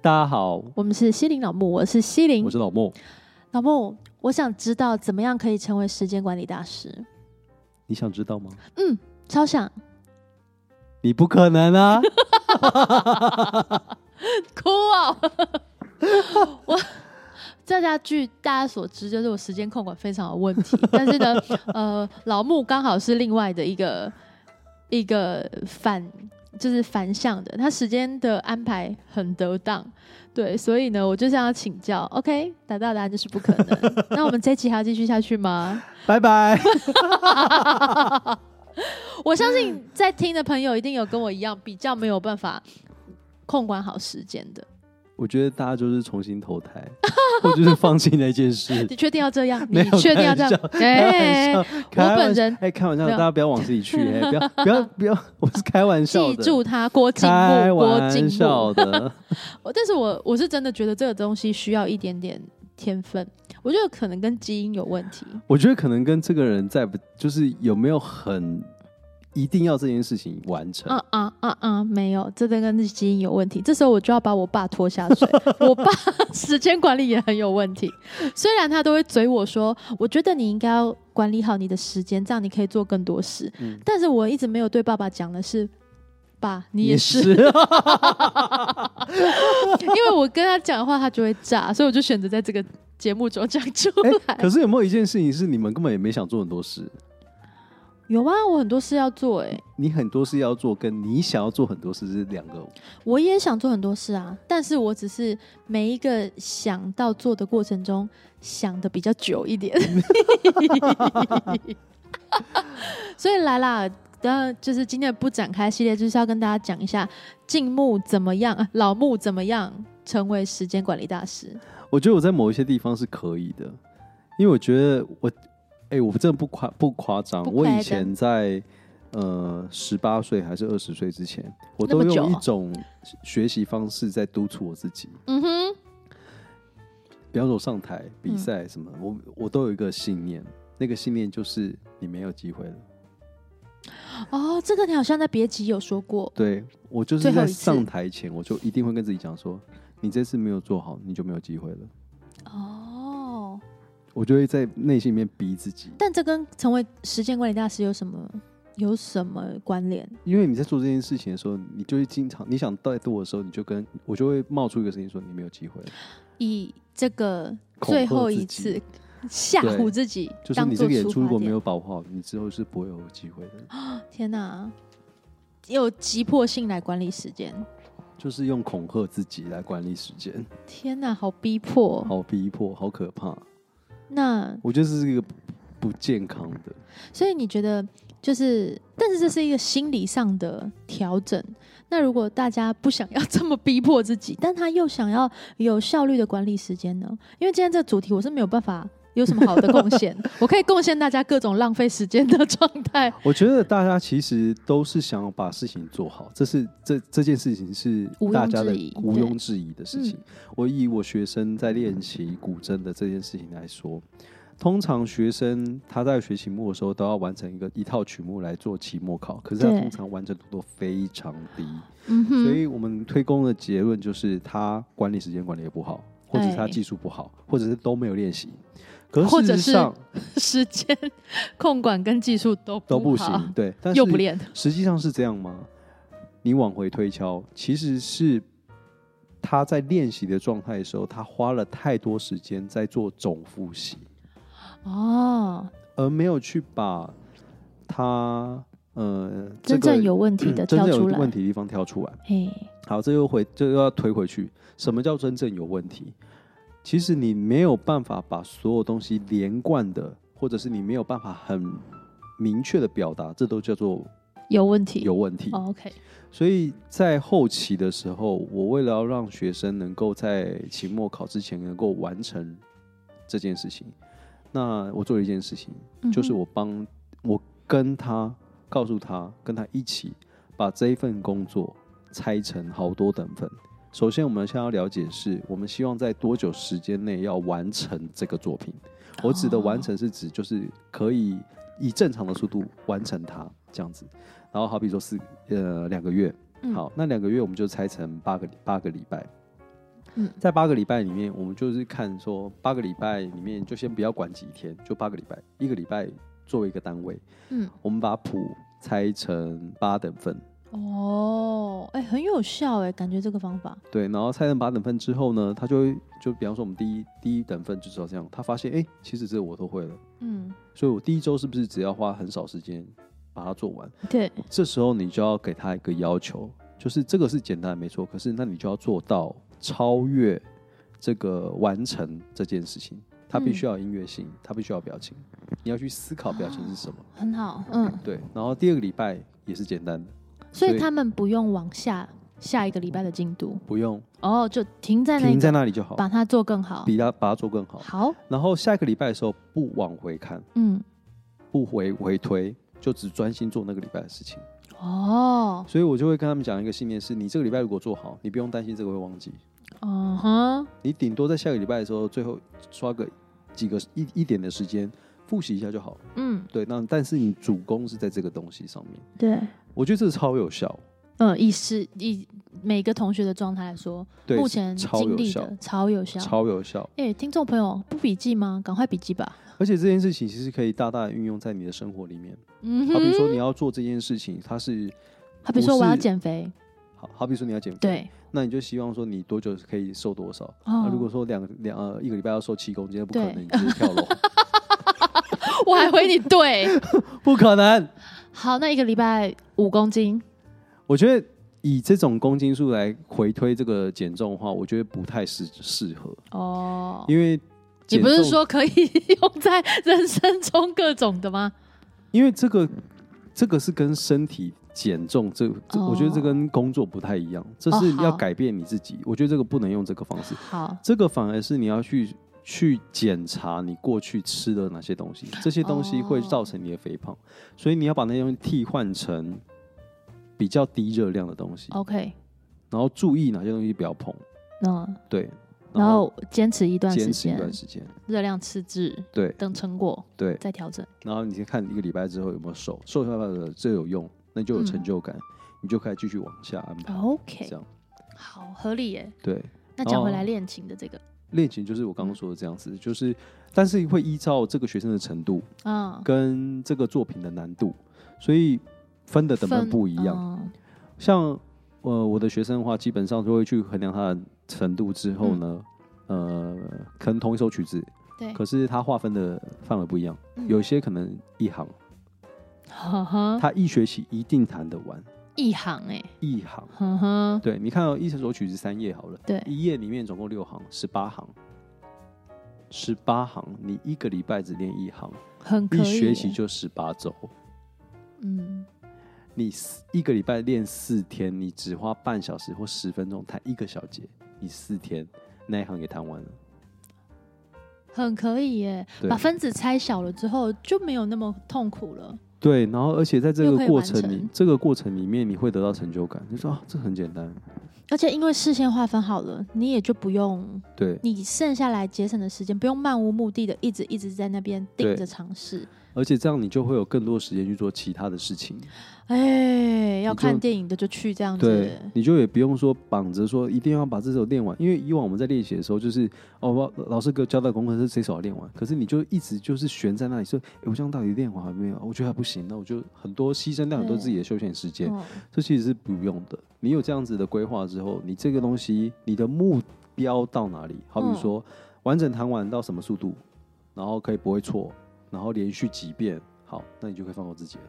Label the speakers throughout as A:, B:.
A: 大家好，
B: 我们是西林老木，我是西林
A: 我，是老莫。
B: 老木，我想知道怎么样可以成为时间管理大师，
A: 你想知道吗？
B: 超想
A: 你不可能 啊！
B: 哭哦！ 我这家剧大家所知就是我时间控管非常有问题，但是 呢，呃，老木刚好是另外的一个一个反，就是反向的，他时间的安排很得当，对，所以呢，我就是要请教，OK，得到的答案就是不可 能。那我们这一集还要继续下去吗？
A: 拜拜。
B: 我相信在听的朋友一定有跟我一样比较没有办法控管好时间的。
A: 我觉得大家就是重新投 胎，或就是放弃那件事
B: 你。确定要这样？
A: 没
B: 你
A: 有
B: 确定要这样？
A: 开 玩
B: 哎、
A: 笑，开玩
B: 本人
A: 哎，开玩笑，
B: 没
A: 大
B: 有
A: 家不要往自己去，哎，不 要，不要，不要，我是开玩笑
B: 记
A: 的，
B: 住他，郭靖
A: 开
B: 木，郭靖
A: 玩
B: 木。
A: 笑的。
B: 我但是我我是真的觉得这个东西需要一点点天分，我觉得可能跟基因有问题。
A: 我觉得可能跟这个人在不，就是有没有很一定要这件事情完成。
B: 啊啊啊啊！没有，这真跟基因有问题。这时候我就要把我爸拖下水。我爸 时间管理也很有问题，虽然他都会嘴我说，我觉得你应该要管理好你的时间，这样你可以做更多事。
A: 嗯
B: 但是我一直没有对爸爸讲的是，爸，你也
A: 也
B: 是，
A: 是
B: 因为我跟他讲的话，他就会炸，所以我就选择在这个节目中讲出
A: 哎
B: 来。
A: 可是有没有一件事情是你们根本也没想做很多事？
B: 有啊，我很多事要做、欸，哎，
A: 你很多事要做，跟你想要做很多事是两个。
B: 我也想做很多事啊，但是我只是每一个想到做的过程中想的比较久一 点，所以来啦。当然，就是今天的不展开系列，就是要跟大家讲一下静木怎么样，呃老木怎么样成为时间管理大师。
A: 我觉得我在某一些地方是可以的，因为我觉得我，哎、我真的不夸不夸张，
B: 不
A: 我
B: 夸
A: 以
B: 张
A: 前在呃十八岁还是二十岁之前，我
B: 那
A: 都
B: 么久
A: 用一
B: 哦
A: 种学习方式在督促我自己。
B: 嗯哼，
A: 比方说我上台比
B: 嗯
A: 赛什么，我我都有一个信念，那个信念就是你没有机会了。
B: 嗯哦，这个你好像在别集有说过，
A: 对我就是
B: 最后
A: 在
B: 一次
A: 上台前，我就一定会跟自己讲说，你这次没有做好，你就没有机会了。
B: 哦，
A: 我就会在内心里面逼自己，
B: 但这跟成为时间管理大师有什么有什么关联？
A: 因为你在做这件事情的时候，你就会经常你想怠惰的时候，你就跟我就会冒出一个声音说你没有机会了，
B: 以这个
A: 恐吓
B: 最后一
A: 自
B: 次吓唬自己
A: 就是
B: 当
A: 你
B: 做
A: 这个演
B: 出
A: 出如
B: 发
A: 果没
B: 点。
A: 有把握好，你之后是不会有机会的，
B: 天哪、有急迫性来管理时间，
A: 就是用恐吓自己来管理时间，
B: 天哪、好逼迫。哦
A: 好逼迫，好可怕。
B: 那
A: 我觉得这是一个不不健康的，
B: 所以你觉得就是，但是这是一个心理上的调整。那如果大家不想要 这么逼迫自己，但他又想要有效率的管理时间呢？因为今天这个主题我是没有办法有什么好的贡献， 我可以贡献大家各种浪费时间的状态。
A: 我觉得大家其实都是想要把事情做好，这是这这件事情是
B: 毋庸
A: 大家的
B: 置疑
A: 毋
B: 对嗯
A: 庸置疑的事情。我以我学生在练习古筝的这件事情来说，通常学生他在学期末的时候都要完成一个一套曲目来做期末考，可是他
B: 对
A: 通常完成度都非常低，
B: 嗯哼，
A: 所以我们推公的结论就是他管理时间管理也不好，或者是他
B: 哎
A: 技术不好，或者是都没有练习。可
B: 或
A: 是
B: 者
A: 事
B: 是
A: 实上
B: 时间控管跟技术都
A: 都
B: 不
A: 不
B: 好
A: 行， 对，但是
B: 又不练。
A: 实际上是这样吗？你往回推敲，其实是他在练习的状态的时候，他花了太多时间在做总复习，
B: 哦，
A: 而没有去把他呃
B: 真正有问
A: 这
B: 题
A: 个
B: 的
A: 嗯真
B: 跳
A: 正有
B: 出来，
A: 问题的地方挑出来。
B: 嘿，
A: 好，这又回这又要推回去，什么叫真正有问题？其实你没有办法把所有东西连贯的，或者是你没有办法很明确的表达，这都叫做
B: 有问题，
A: 有问题。
B: 哦 OK，
A: 所以在后期的时候，我为了要让学生能够在期末考之前能够完成这件事情，那我做了一件事情，
B: 嗯
A: 就是我帮我跟他告诉他，跟他一起把这一份工作拆成好多等份。首先，我们先要了解是我们希望在多久时间内要完成这个作品。我指的完成是指就是可以以正常的速度完成它这样子。然后好比说四呃两个月，
B: 嗯
A: 好，那两个月我们就拆成八个八个礼拜。
B: 嗯
A: 在八个礼拜里面，我们就是看说八个礼拜里面就先不要管几天，就八个礼拜，一个礼拜作为一个单位，
B: 嗯，
A: 我们把谱拆成八等份，
B: 哦，哎、很有效哎、感觉这个方法，
A: 对，然后拆成八等份之后呢，他就会就比方说我们第一第一等份就知道这样，他发现哎、诶其实这我都会了，
B: 嗯，
A: 所以我第一周是不是只要花很少时间把它做完？
B: 对，
A: 这时候你就要给他一个要求，就是这个是简单的没错，可是那你就要做到超越这个完成这件事情。它必须要有音乐性，它必须要有表情，你要去思考表情是什么。
B: 很好，嗯，
A: 对，然后第二个礼拜也是简单的，所
B: 所以
A: 以
B: 他们不用往下下一个礼拜的进度，
A: 不用
B: 哦，就停在那
A: 停在
B: 个，
A: 那里就好，
B: 把它做更好，
A: 比它把它做更好。
B: 好，
A: 然后下一个礼拜的时候不往回看，
B: 嗯，
A: 不回回推，就只专心做那个礼拜的事情。
B: 哦，
A: 所以我就会跟他们讲一个信念是：你这个礼拜如果做好，你不用担心这个会忘记，
B: 嗯哼，
A: 你顶多在下个礼拜的时候，最后刷个几个一一点的时间复习一下就好了。
B: 嗯，
A: 对，那但是你主攻是在这个东西上面，
B: 对，
A: 我觉得这是超有效。
B: 嗯，以是以每个同学的状态来说，
A: 对，
B: 目前
A: 超
B: 经
A: 有
B: 历
A: 效
B: 的，超有效。
A: 超有效。
B: 哎、听众朋友，不笔记吗？赶快笔记吧。
A: 而且这件事情其实可以大大地运用在你的生活里面。
B: 嗯
A: 好比
B: 哼，
A: 说你要做这件事情，它是
B: 好比说
A: 不
B: 我
A: 是
B: 要减肥，
A: 好好比说你要减肥，
B: 对，
A: 那你就希望说你多久可以瘦多少？
B: 哦
A: 啊、如果说两两呃一个礼拜要瘦七公斤，那不可
B: 对
A: 能，你直接跳楼，
B: 我还回你对。
A: 不可能。
B: 好，那一个礼拜五公斤，
A: 我觉得以这种公斤数来回推这个减重的话，我觉得不太适适合，
B: 哦，
A: 因为
B: 你
A: 减
B: 不
A: 重
B: 是说可以 用在人生中各种的吗？
A: 因为这个这个是跟身体减重这这，
B: 哦
A: 我觉得这跟工作不太一样，这
B: 哦
A: 是要
B: 好
A: 改变你自己。我觉得这个不能用这个方式，
B: 好，
A: 这个反而是你要去。去检查你过去吃的哪些东西，这些东西会
B: 哦
A: 造成你的肥胖，所以你要把那些东西替换成比较低热量的东西，
B: ，OK，
A: 然后注意哪些东西不要碰。
B: 那
A: 对，
B: 然后坚持一段时
A: 坚持一段
B: 间，
A: 时间，
B: 热量赤字
A: 对
B: 等成果
A: 对，
B: 再调整。
A: 然后你先看一个礼拜之后有没有瘦，瘦下来了这有用，那就有成就感，你就可以继续往下安排，这
B: 嗯 OK，
A: 样
B: 好，合理耶。
A: 对。
B: 那讲回
A: 哦
B: 来恋情的这个，
A: 恋情就是我刚刚说的这样子，就是但是会依照这个学生的程度
B: 嗯，
A: 跟这个作品的难度，所以分的等分
B: 分
A: 不一样。
B: 嗯
A: 像呃我的学生的话，基本上就会去衡量他的程度之后呢，呃，可能同一首曲子，
B: 嗯对，
A: 可是他划分的范围不一样，
B: 嗯
A: 有些可能一行，
B: 呵呵，
A: 他一学期一定弹得完
B: 一行哎，
A: 一行。
B: 呵呵，
A: 对，你看到、一首曲子三页好了，
B: 对，
A: 一页里面总共六行，十八行，十八行，你一个礼拜只练一行，
B: 很可以
A: 一
B: 耶。
A: 学期就十八周，
B: 嗯，
A: 你四一个礼拜练四天，你只花半小时或十分钟弹一个小节，你四天那一行也弹完了。
B: 很可以耶。
A: 对
B: 把分子拆小了之后就没有那么痛苦了。
A: 对，然后而且在这
B: 又
A: 个
B: 可以
A: 过
B: 完
A: 程里
B: 成，
A: 这个过程里面你会得到成就感，就说啊，这很简单。
B: 而且因为事先划分好了，你也就不用
A: 对，
B: 你剩下来节省的时间，不用漫无目的的一直一直在那边盯着尝试。
A: 而且这样你就会有更多时间去做其他的事情。
B: 哎，要
A: 你就
B: 看电影的就去这样
A: 对
B: 子，。
A: 你就也不用说绑着说一定要把这首练完，因为以往我们在练习的时候就是哦，我老师给我交代功课是这首要练完，可是你就一直就是悬在那里说，诶我这样到底练完还没有？我觉得还不行，那我就很多牺牲掉很多
B: 对
A: 自己的休闲时间，
B: 嗯
A: 这其实是不用的。你有这样子的规划之后，你这个东西你的目标到哪里？好比
B: 嗯
A: 说、完整弹完到什么速度，然后可以不会错，然后连续几遍，好，那你就可以放过自己了。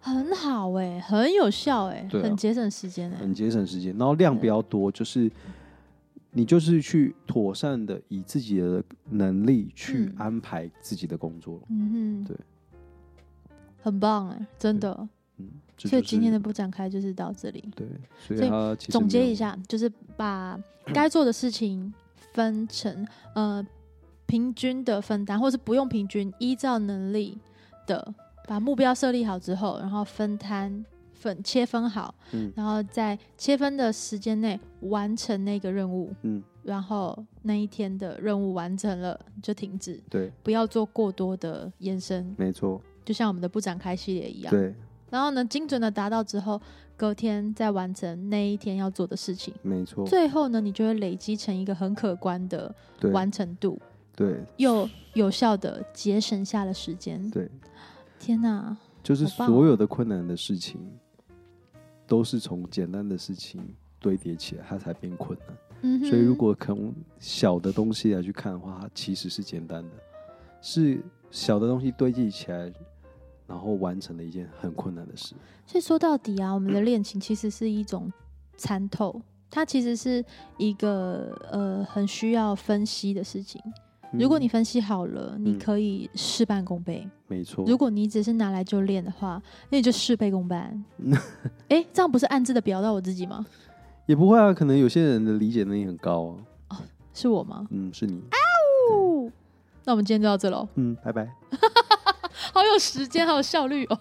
B: 很好哎，很有效哎，
A: 对啊
B: 很节省时间哎。
A: 很节省时间，然后量比较多，就是你就是去妥善的以自己的能力去
B: 嗯
A: 安排自己的工作，
B: 嗯哼，
A: 对，
B: 很棒哎，真的。
A: 嗯，这
B: 所以
A: 就是
B: 今天的不展开就是到这里。
A: 对，所
B: 所
A: 以
B: 以
A: 他其实
B: 总
A: 没
B: 结
A: 有
B: 一，下，就是 把该做的事情分成呃平均的分担，或是不用平均，依照能力的把目标设立好之后，然后分摊分切分好，
A: 嗯
B: 然后在切分的时间内完成那个任务，
A: 嗯，
B: 然后那一天的任务完成了就停止，
A: 对，
B: 不要做过多的延伸，
A: 没错，
B: 就像我们的不展开系列一样。
A: 对，
B: 然后呢，精准的达到之后，隔天再完成那一天要做的事情。
A: 没错，
B: 最后呢，你就会累积成一个很可观的
A: 对
B: 完成度，
A: 对
B: 又有效的节省下了时间。
A: 对，
B: 天哪，
A: 就是
B: 好棒哦
A: 所有的困难的事情，都是从简单的事情堆叠起来，它才变困难。
B: 嗯哼，
A: 所以如果从小的东西来去看的话，它其实是简单的，是小的东西堆积起来，然后完成了一件很困难的事。
B: 所以说到底啊，我们的恋情其实是一种参透，它其实是一个呃很需要分析的事情。如果
A: 嗯
B: 你分析好了，你
A: 嗯
B: 可以事半功倍；
A: 没错，
B: 如果你只是拿来就练的话，那你就事倍 功半。哎、这样不是暗自的表到我自己吗？
A: 也不会啊，可能有些人的理解能力很高啊。
B: 是我吗？
A: 嗯，是你，
B: 哦，那我们今天就到这喽，
A: 嗯，拜拜。
B: 好有时间，好有效率哦。